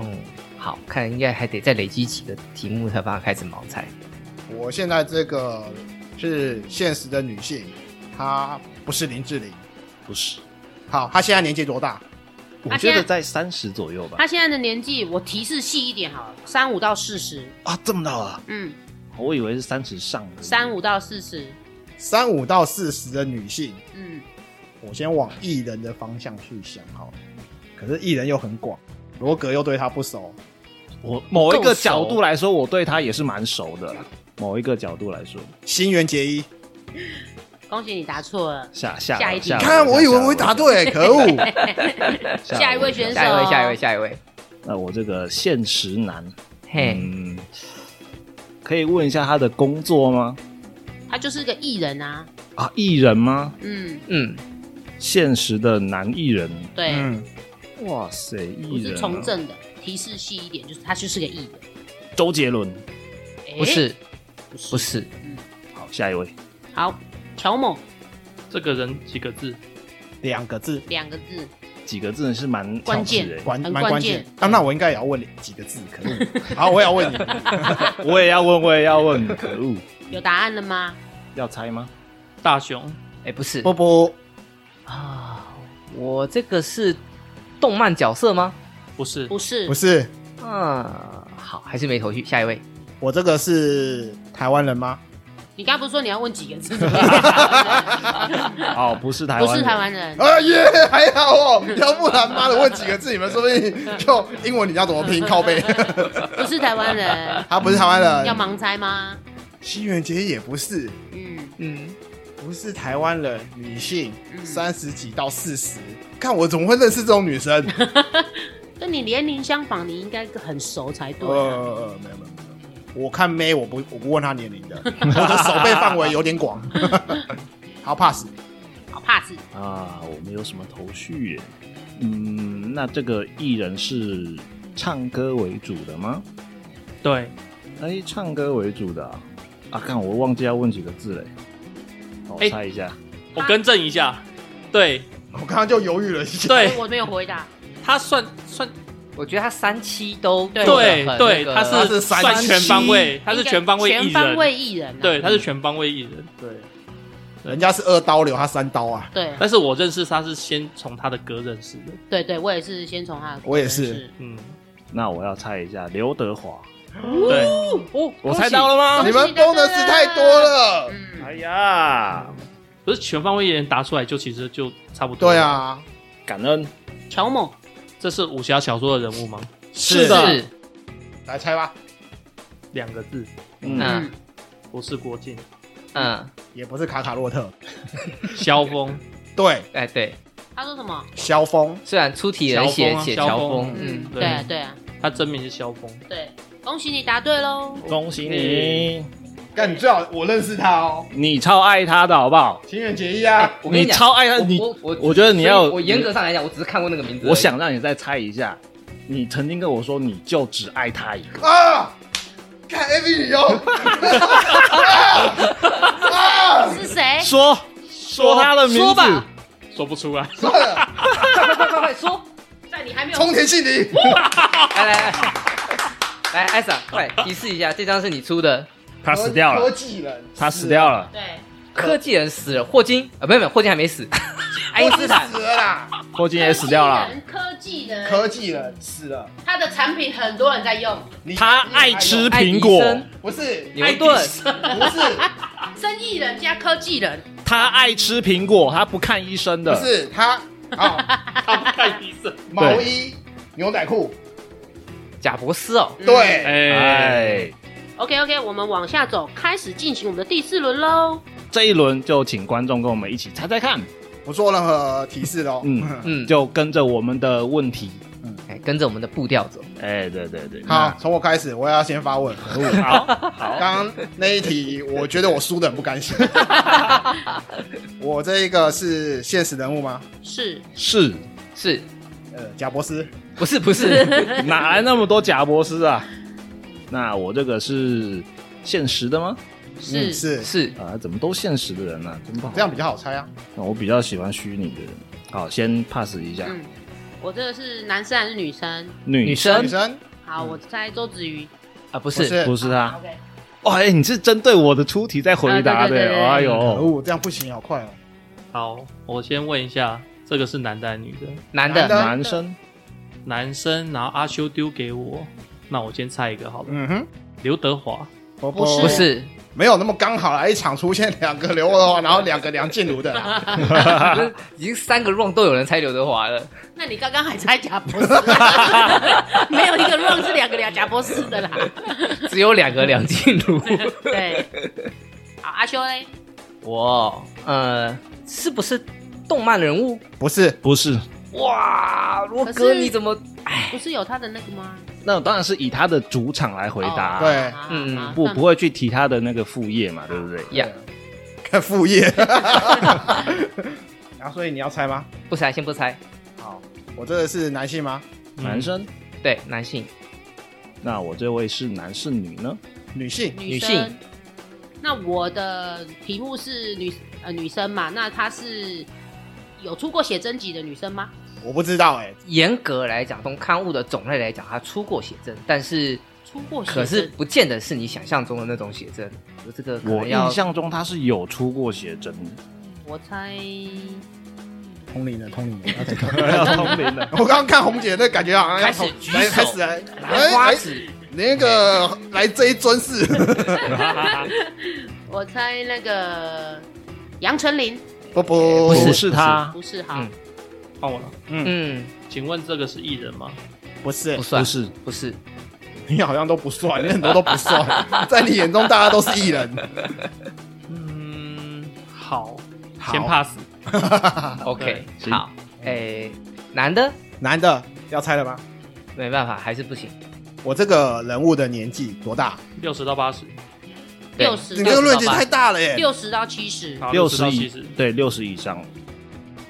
嗯，好看，应该还得再累积几个题目才把它开始盲猜。我现在这个是现实的女性，她不是林志玲。不是，好，她现在年纪多大？我啊觉现得在在三十左右吧。他现在的年纪，我提示细一点好了，三五到四十，啊，这么大了，嗯，我以为是三十上的。三五到四十，三五到四十的女性，嗯，我先往艺人的方向去想好了。可是艺人又很广，罗格又对她不熟，我某一个够熟角度来说，我对他也是蛮熟的啦。某一个角度来说，新垣结衣。恭喜你答错了。下下下一题下看，我以为我会答。对，可恶！ 下下一位选手下一位，下一位，下一位。那我这个现实男，嘿，哎嗯，可以问一下他的工作吗？他就是个艺人啊，啊，艺人吗？嗯，嗯，现实的男艺人，对，嗯，哇塞，不艺人、啊是从，政的，提示细一点，就是他就是个艺人，周杰伦。诶不是，不是，好，下一位，好，乔某这个人几个字？两个字，两个字，几个真的是蛮关键挑剔的关很蛮关关键键。啊，那我应该也要问你几个字？可恶！好，我也要 问你。欸我也要问，我也要问，可恶，有答案了吗？要猜吗？大雄哎，不是波波，啊，我这个是动漫角色吗？不是不是，不是啊，好，还是没头绪。下一位，我这个是台湾人吗？你刚刚不是说你要问几个字？哦，不是台不湾，是台，湾人，啊耶，还好哦，要不然妈的问几个字，你们说不定就英文你要怎么拼 靠背。不是台湾人，他不是台湾要人，盲猜吗？新垣结衣也不是，嗯，嗯，不是台湾人，女性，嗯三十几到四十。看我怎么会认识这 种女生？跟你年龄相仿，你应该很熟才对呃，啊、呃没有没有没有，我看妹我不我不问她年龄的，我的手背范围有点广。 好 pass，好怕死，啊，我们有什么头绪耶？嗯，那这个艺人是唱歌为主的吗？对，哎、唱歌为主的啊，啊，看我忘记要问几个字嘞。好我哎猜一下，我更正一下，对我刚刚就犹豫了一下。对所以，我没有回答。他算算我觉得他三期都对做得对很对，那个啊他他是是三算全方位，他他是全方位艺全方人，位艺人、啊，对，他是全方位艺人。对，人家是二刀流，他三刀啊。对但是我认识他是先从他的歌认识的，对对，我也是先从他的，我也是认识，嗯，那我要猜一下刘德华。对，哦，我猜到了恭吗喜你们 bonus 太多了。嗯，哎呀，不是全方位艺人答出来就其实就差不多。对，啊，感恩乔某这是武侠小说的人物吗？是是来猜吧，两个字，嗯，嗯嗯，不是郭靖，嗯，也不是卡卡洛特，萧峰，对，哎对，他说什么？萧峰，虽然出题人萧写峰啊写萧乔峰峰，嗯嗯，，对对啊对啊他真名是萧峰。对，恭喜你答对喽！恭喜你，但你最好我认识他哦，你超爱他的好不好？情人节一啊，我跟你讲超爱他我你我我我觉得你要所以我严格上来讲，我只是看过那个名字而已。我想让你再猜一下，你曾经跟我说你就只爱他一个，啊，看 AV 女优，哦啊，是谁？说说他的名说字吧，说不出来，算了，快快快快说！在你还没有冲田杏梨，来来来，来艾莎，快提示一下，这张是你出的。他死掉科了，技人，他死掉了，对，科技人死了，霍金啊，没有没有，霍金还没死，爱因斯坦死了啦，霍金也死掉了。，科技人，科技人死了，他的产品很多人在用，你他爱吃苹爱迪果，生不是牛顿，不 是生意人加科技人，他爱吃苹果，他不看医生不的。是他 啊，他不看医生。毛衣牛仔裤，贾伯斯哦，嗯对，哎，哎， OK OK，我们往下走，开始进行我们的第四轮喽。这一轮就请观众跟我们一起猜猜看，不做任何提示喽。嗯嗯，就跟着我们的问题。哎，跟着我们的步调走。哎，对对对，好，从我开始，我也要先发问。可恶， 好，刚刚那一题，我觉得我输的很不 甘心。我这一个是现实人物吗？是是是呃，贾博士。不是不是 哪来那么多贾博士啊？那我这个是现实的吗？是嗯是，是啊，怎么都现实的人呢、真不好。这样比较好猜啊。那我比较喜欢虚拟的人。好，先 pass 一下。嗯，我这个是男生还是女生？女女嗯生女生好，我猜周子瑜。啊？嗯不不是是不是他好。，OK，哇，哎，你是针对我的出题在回答啊对对对对的？哎可呦，恶，这样不行，好快哦。好，我先问一下，这个是男的还是女的？男男的的，男生男生，然后阿修丢给我，那我先猜一个好了。嗯哼，刘德华，不不是不 是没有那么刚好啊啦，一场出现两个刘德华，然后两个梁静茹的 啦。不是已经三个 round 都有人猜刘德华了。那你刚刚还猜贾博士，啊 没有一个 wrong 是两个俩贾博士的 啦。只有两个梁静茹。对，好，阿修嘞， 我呃，是不是动漫人物？不是，不是，哇，罗可哥是你怎么？不是有他的那个吗？那当然是以他的主场来回哦答，对好嗯好不算不会去提他的那个副业嘛，对不对？呀，看 副业。然后，所以你要猜吗？不猜，先不猜。好，我这个是男性吗？嗯男生，对，男性那我这位是男是女呢？女性？女女生性。那我的题目是女呃女生嘛，那她是有出过写真集的女生吗？我不知道哎、严格来讲，从刊物的种类来讲，它出过写真，但是出过写真，可是不见得是你想象中的那种写真。这个可我能印要象中他是有出过写真的， 我猜通灵的，通灵的。要再看要通灵的。 我刚刚看红姐那感觉好像要通开始举来手开始来兰哎花指那个来这一尊是我猜那个杨丞琳不不不是是他，不是哈嗯？换我了。嗯，请问这个是艺人吗？不是不，算，不是，不是，你好像都不算，你很多都不算， 在你眼中大家都是艺人。嗯，好，好先 pass。 OK，行好，诶，男的男的要猜了吗？没办法，还是不行。我这个人物的年纪多大？六十到八十，对六十你这个到论点太大了耶！六十到七十，好，六十十到以七十。对六十以上。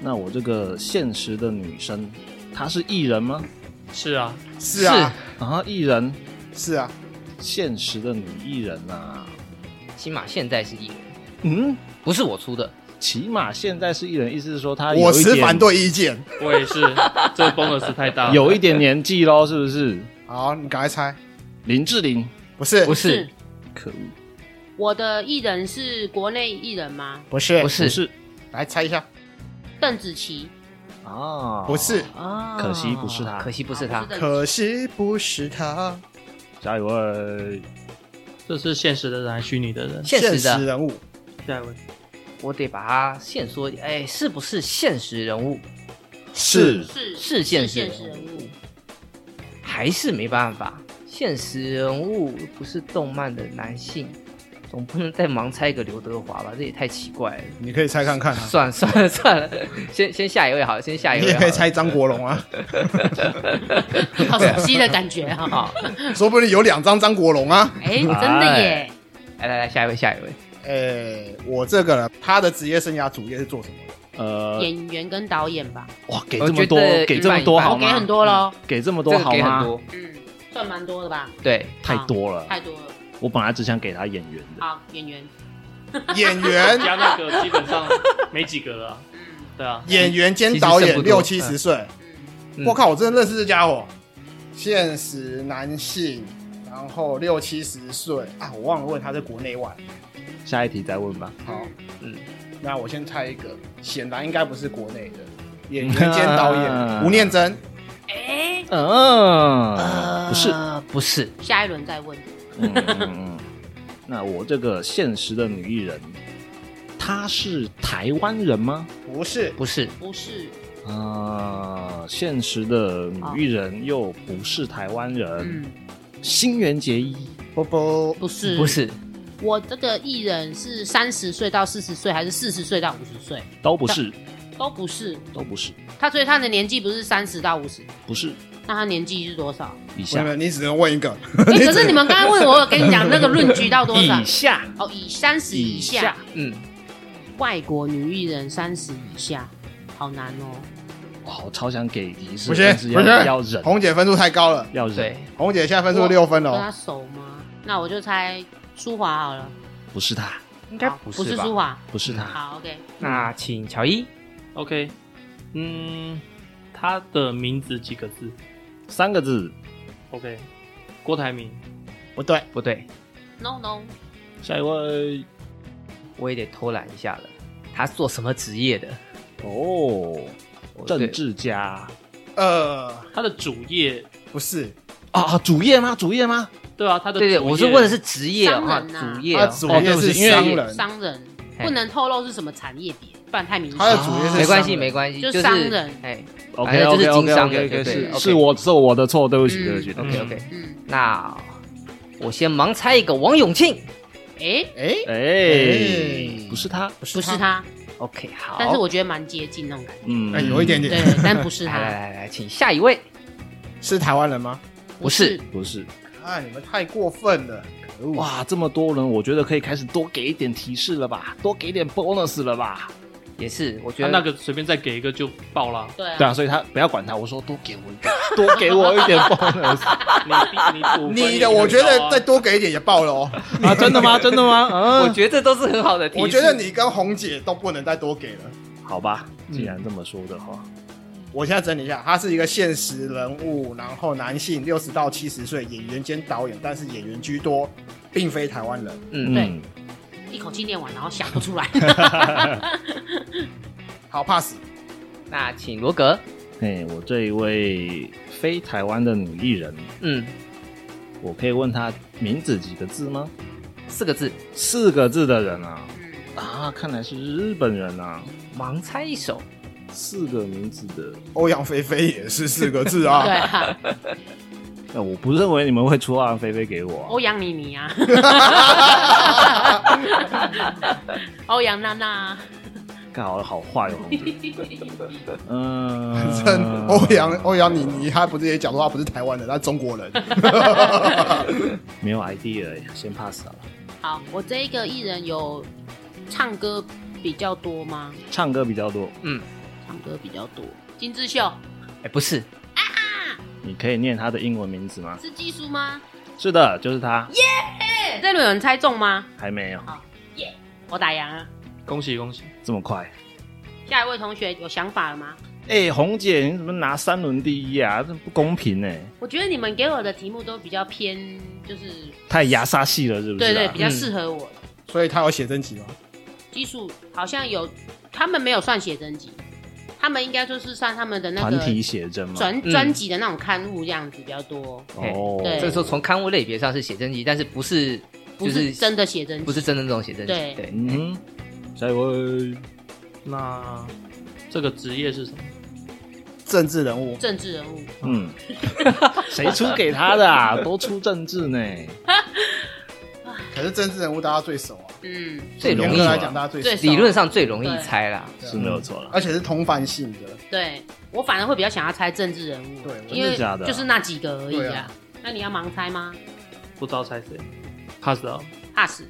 那我这个现实的女生，她是艺人吗？是啊，是啊，啊，艺人，是啊，现实的女艺人啊。起码现在是艺人，嗯，不是我出 的。起码现在是艺人，意思是说啊她我有一持点反，对意见。我也是，这个 bonus 太大了。 有一点年纪喽，是不是？好，你赶快猜，林志玲，不是不是，可恶，我的艺人是国内艺人吗？不是不不是，是来猜一下，邓紫棋啊，不是，啊可惜不是他可惜不是啊他不。是邓紫可惜不是他，下一位，这是现实的人还是虚拟的人？现实实的，人物下一位，我得把它线索，哎，是不是现实人物？是棋是是现实人物实人物，还是没办法？现实人物不是动漫的男性，总不能再盲猜一个刘德华吧？这也太奇怪了。你可以猜看看啊，算了算了 算了，先先下一位好了，先下一你位也好了。可以猜张国荣 啊，好熟悉的感觉哈。好，说不定有两张张国荣 啊。哎，真的耶，来来来，下一位下一位，诶，我这个人他的职业生涯主业是做什么的？呃，演员跟导演吧，哇，给我这么觉多得，给一这么半多一半好我给吗很？多喽，给这么这多个啊好给很吗？多，嗯，算蛮多的吧，对，太多了，太多了。我本来只想给他演员的，好，演员， 演 员，加那个基本上没几个了啊。嗯对啊，演员兼导其实演，剩不六多七十岁。嗯，嗯我靠，我真的认识这家伙，现实男性，然后六七十岁啊，我忘了问他是国内外。下一题再问吧。好，嗯，那我先猜一个，显然应该不是国内 的演员兼导演吴念真，哎，嗯，不是，呃不是，下一轮再问，嗯嗯嗯。 那我这个现实的女艺人，她是台湾人吗？不是，不是，不是，啊，现实的女艺人又不是台湾人，哦嗯，新垣结衣不不，不是，不。是，我这个艺人是三十岁到四十岁，还是四十岁到五十岁？嗯都不是，都不是。都不是，他所以他的年纪不是三十到五十，不是那他年纪是多少？以没有下没有，你只能问一个，哎、可是你们刚才问我，我跟你讲那个论据到多少 以？下哦，以三十以下，嗯，外国女艺人三十以下，好难哦。哇，我超想给提示，不但行是不要要行，忍红姐分数太高了，要忍对，，红姐现在分数六分了跟哦他，熟吗？那我就猜舒华好了，不是啊他，应该好不不是吧？舒华。不是嗯他，好，OK，那请乔伊， OK，嗯，他的名字几个字三个字， ？OK，郭台铭。不对，不对， No No，下一位我也得偷懒一下了。他是做什么职业的？哦，我对政治家呃，他的主业，不是，啊，主业吗？主业吗？对啊，他的对对，主我业是问的是职业哦商哈，人啊主业他哦主哦对业不是起因为商人，商人嘿不能透露是什么产业别，不然太明显。他的主业是哦没关系商人没关系，就是商人哎 OK 反正就是 OK 经 OK 商的 OK 对对是 OK 是我是我的错，对不起嗯对不起对不，OK 起。 OK，嗯，那我先盲猜一个王永庆哎、哎，哎，不是他，不是他， ，OK 好，但是我觉得蛮接近那种感觉。嗯哎，有一点对点，，但不是来来他，。来来，请下一位，是台湾人吗？ 不是，不是啊，你们太过分了，可恶！哇，这么多人，我觉得可以开始多给一点提示了吧，多给一点 bonus 了吧？也是，我觉啊他得那个随便再给一个就爆啦 对对啊，啊，所以他不要管他，我说多给我一个， 多给我一点 bonus 你你赌分你也的很我觉高得啊再多给一点也爆了哦。啊！真的吗？真的 吗？我嗯，觉得这都是很好的提示。我觉得你跟红姐都不能再多给了。好吧，既然这么说的话，我现在整理一下，他是一个现实人物，然后男性，六十到七十岁，演员兼导演，但是演员居多，并非台湾人。嗯，嗯对，一口气念完，然后想不出来。好，pass。那请罗格，哎，我这一位非台湾的女艺人，嗯，我可以问她名字几个字吗？四个字，四个字的人啊嗯啊，看来是日本人啊，盲猜一首，四个名字的，欧阳菲菲也是四个 字对啊，啊，哎，我不认为你们会出让菲菲给我啊、欧阳妮妮啊，欧阳娜娜，干好好坏哦。 嗯、真的欧阳欧阳妮妮，她不是也讲说她不是台湾人，她是中国人。 没有 idea，耶先 pass 好了。好，我这一个艺人有唱歌比较多吗？唱歌比较多，唱歌比较多，金志秀哎，不是，你可以念他的英文名字吗？是技术吗？是的，就是他，哎这轮有人猜中吗？还没有我打烊啊！恭喜恭喜！这么快。下一位同学有想法了吗？哎、红姐，你怎么拿三轮第一啊？这不公平哎、我觉得你们给我的题目都比较偏，就是太牙杀系了，是不是、对啊？对，比较适合我。所以她有写真集吗？基础好像有，他们没有算写真集，他们应该就是算他们的那团个体写真嘛。专嗯专辑的那种刊物这样子比较多，哦，对这时候从刊物类别上是写真集，但是不是不就是真的写真集，不是真的那种写真集，对对，嗯，下一位那这个职业是什么？政治人物，政治人物。 嗯，谁出给他的啊？ 都出政治呢？可是政治人物大家最熟啊，嗯，最容严易格啊来讲大家最最熟，熟理论上最容易猜啦。对啊是没有错了。而且是同反性的。对我反而会比较想要猜政治人物，对因真为的假的啊就是那几个而已对啊啊。那你要盲猜吗不知道猜谁？pass 了。 ？pass，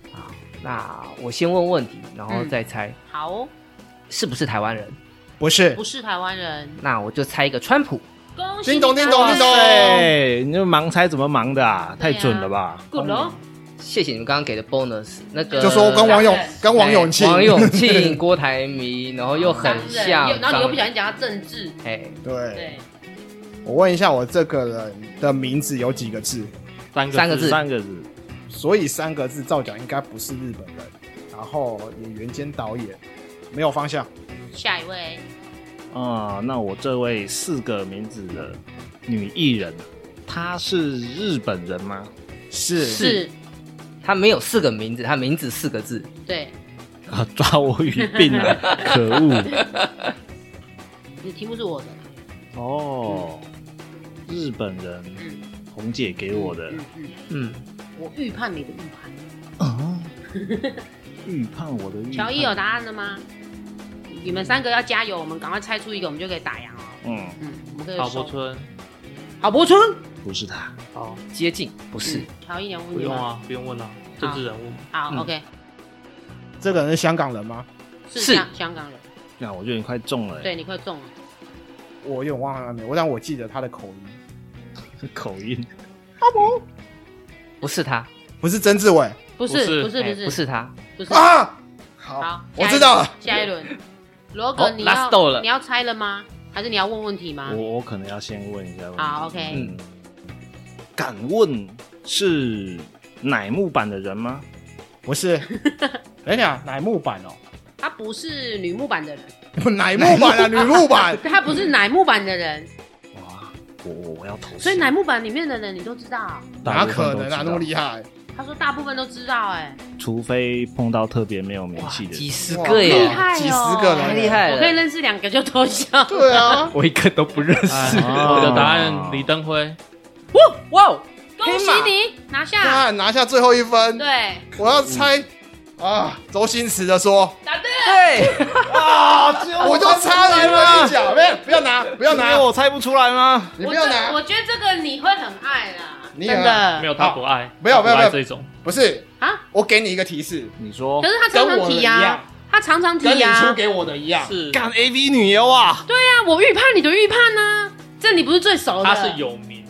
那我先问问题，然后再猜好哦，是不是台湾人。不是不，是台湾人，那我就猜一个川普，恭喜叮咚你叮咚答叮咚对对，哎你这盲猜怎么盲的啊？对啊太准了吧！ ，good 咯，谢谢你们刚刚给的 bonus。那个就说跟王永呃跟王永庆，哎王 永庆、郭台铭，然后又很商人像又，然后你又不小想心讲到政治，哎，对，对，我问一下，我这个人的名字有几个字？三个三个字三个字，所以三个字造假应该不是日本人，然后演员兼导演，没有方向，下一位啊、那我这位四个名字的女艺人，啊她是日本人吗？是是，他没有四个名字，他名字四个字，对，啊， 抓我语病了，可恶！你的题目是我的，哦，日本人，嗯，红姐给我的嗯嗯，嗯，我预判你的预判。啊，预判我的预判。哦乔伊有答案了吗？你们三个要加油，我们赶快猜出一个，我们就可以打烊了。嗯，嗯，我们可以郝收柏。村，郝柏村不是他，好，接近不是嗯，乔伊，你有问不题用吗？啊，不用问了，政治人物，好嗯，OK，这个人是香港人吗？是是香香港人，那我觉得你快中了，对，你快中了。我有点忘了他的名字，我但我记得他的口音，口音，不是他，不是曾志伟不不是是不是哎不是不是他，不是，啊。好好，，我下一知道了。下一 轮，罗好哥，你要 last door 了你要猜了吗？还是你要问问题吗？我我可能要先问一下问题。啊好，OK 嗯，敢问是乃木坂的人吗？不 是，等一下，乃木坂哦，他不是女木板的人，，乃木坂啊，女木坂他不是乃木板的人，哇，我我我要投降。所以乃木板里面的人你都知道。 哪可能啊，那么害？厉害？他说大部分都知道，哎，除非碰到特别没有名哇，气的人几。十哇个厉耶，害哦，几十个太人厉害我可以了。认识两个就偷笑。对啊，我一个都不认哎识，我的答案李登辉，哇哦，恭喜你拿下，看拿下最后一分，对，我要猜啊，周星驰的说，答对了，对，我就差了一分一角，没有，不要拿，不要因为拿，哎我猜不出来吗？你我不这要拿，我觉得这个你会很爱啦，你也啊真没的有他不爱，没有他不爱没有这种，不是，啊。我给你一个提示，你说可，是他常跟常我的提一呀样，，他常常提跟你出呀。给 我的一样，是干 AV 女优啊！对呀，我预判你的预判呢，这你不是最熟的。他是有名，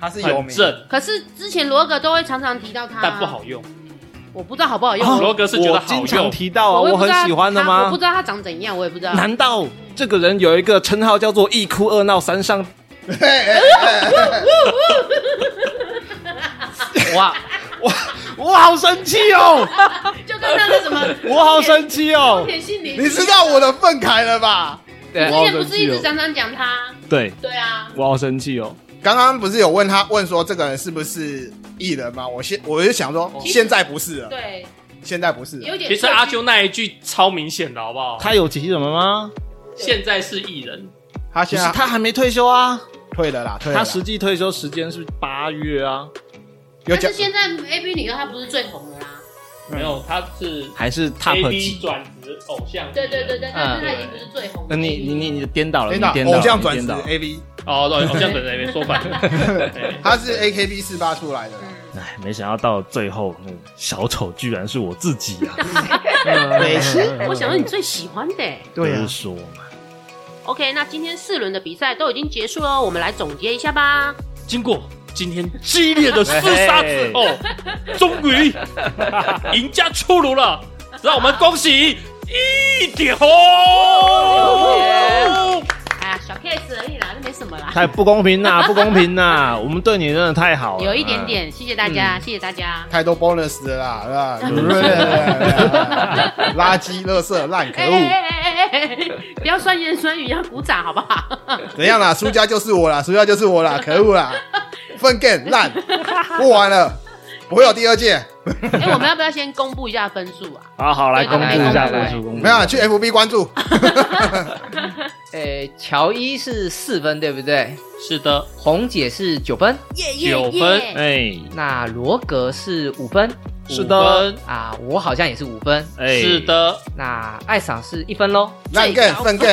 他哦啊是有很名，正，可是之前罗格都会常常提到他，但不好，用。我不知道好不好用。啊我罗格是觉得我好经常用，提到啊，我也哦我不知很道喜欢的他我吗不知？道他长怎样，我也不知道。难道这个人有一个称号叫做“一哭二闹三上哇，”？我好生气哦！就跟那个什么， 我好生 气哦！田心林，你知道我的愤慨了吧？对之前不是一直常常讲他？对，对啊，我好生气哦！刚刚不是有问他问说这个人是不是艺人吗？我现我就想说其实现在不是了，对，现在啊不是了有点。其实阿啾那一句超明显的，好不好？他有提什么吗？现在是艺人，他其现实在他还没退休啊，退了啦，退了啦。他实际退休时间是八月啊，有但讲是现在 A B 女优她不是最红的啦。没有，他是还是 A Top B 级？转职偶像，对对对对，但是她已经不是最红呃的。你你你你颠倒了，真你的颠倒了，偶像你转颠职倒了 AV，哦，对，偶像本人没说反了。对他是 AKB 四八出来的，嗯哎，没想到到最后，那个小丑居然是我自己 啊！没事，我想到你最喜欢的欸。对啊不是，说嘛， OK，那今天四轮的比赛都已经结束了，我们来总结一下吧。 经过今天激烈的厮杀之后，终于赢家出炉了，让我们恭喜一 点红。哎呀，小 case 而已啦，那没什么啦。太不公平啦， 不公平啦！我们对你真的太好了，有一点点，谢谢大嗯家，谢谢大家。太多 bonus 了啦， 是 吧垃圾、垃圾、烂，可哎恶！哎哎哎哎！哎不要酸言酸语，要鼓掌好不 好？怎样啦？输家就是我啦，输家就是 我啦，可恶啦！粪更烂，不玩了，不会有第二届。哎、我们要不要先公布一下分数啊？嗯。好好，来对公布一下来来分数，公布一没有下啊，去 FB 关注。诶，哎乔伊是四分，对不对？是的，红姐是九分，哎耶九分哎，那罗格是五分是的五分，啊，我好像也是五分，哎，是，的，那艾赏是一分喽。烂更粪更，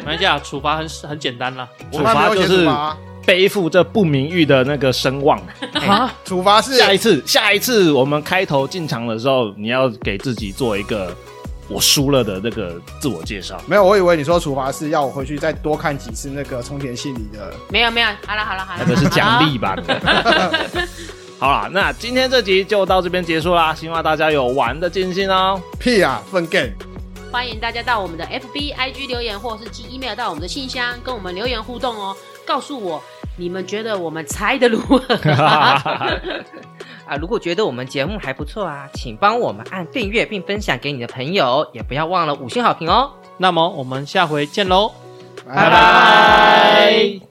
没关系啊，处罚很很简单啦。我们还没有写处罚就是处罚啊，背负这不名誉的那个声望。啊，处罚是下一次，下一次我们开头进场的时候，你要给自己做一个我输了的那个自我介绍。没有，我以为你说处罚是要我回去再多看几次那个冲田信里的。没有没有，好了好了好了，那个是啊奖励吧？ 好啦，那今天这集就到这边结束啦，希望大家有玩的尽兴哦。屁啊，粪更！好。欢迎大家到我们的 FB、IG 留言，或是寄 email 到我们的信箱，跟我们留言互动哦。告诉我你们觉得我们猜的如何？ 啊，如果觉得我们节目还不错啊，请帮我们按订阅并分享给你的朋友，也不要忘了五星好评哦。那么我们下回见喽。拜拜。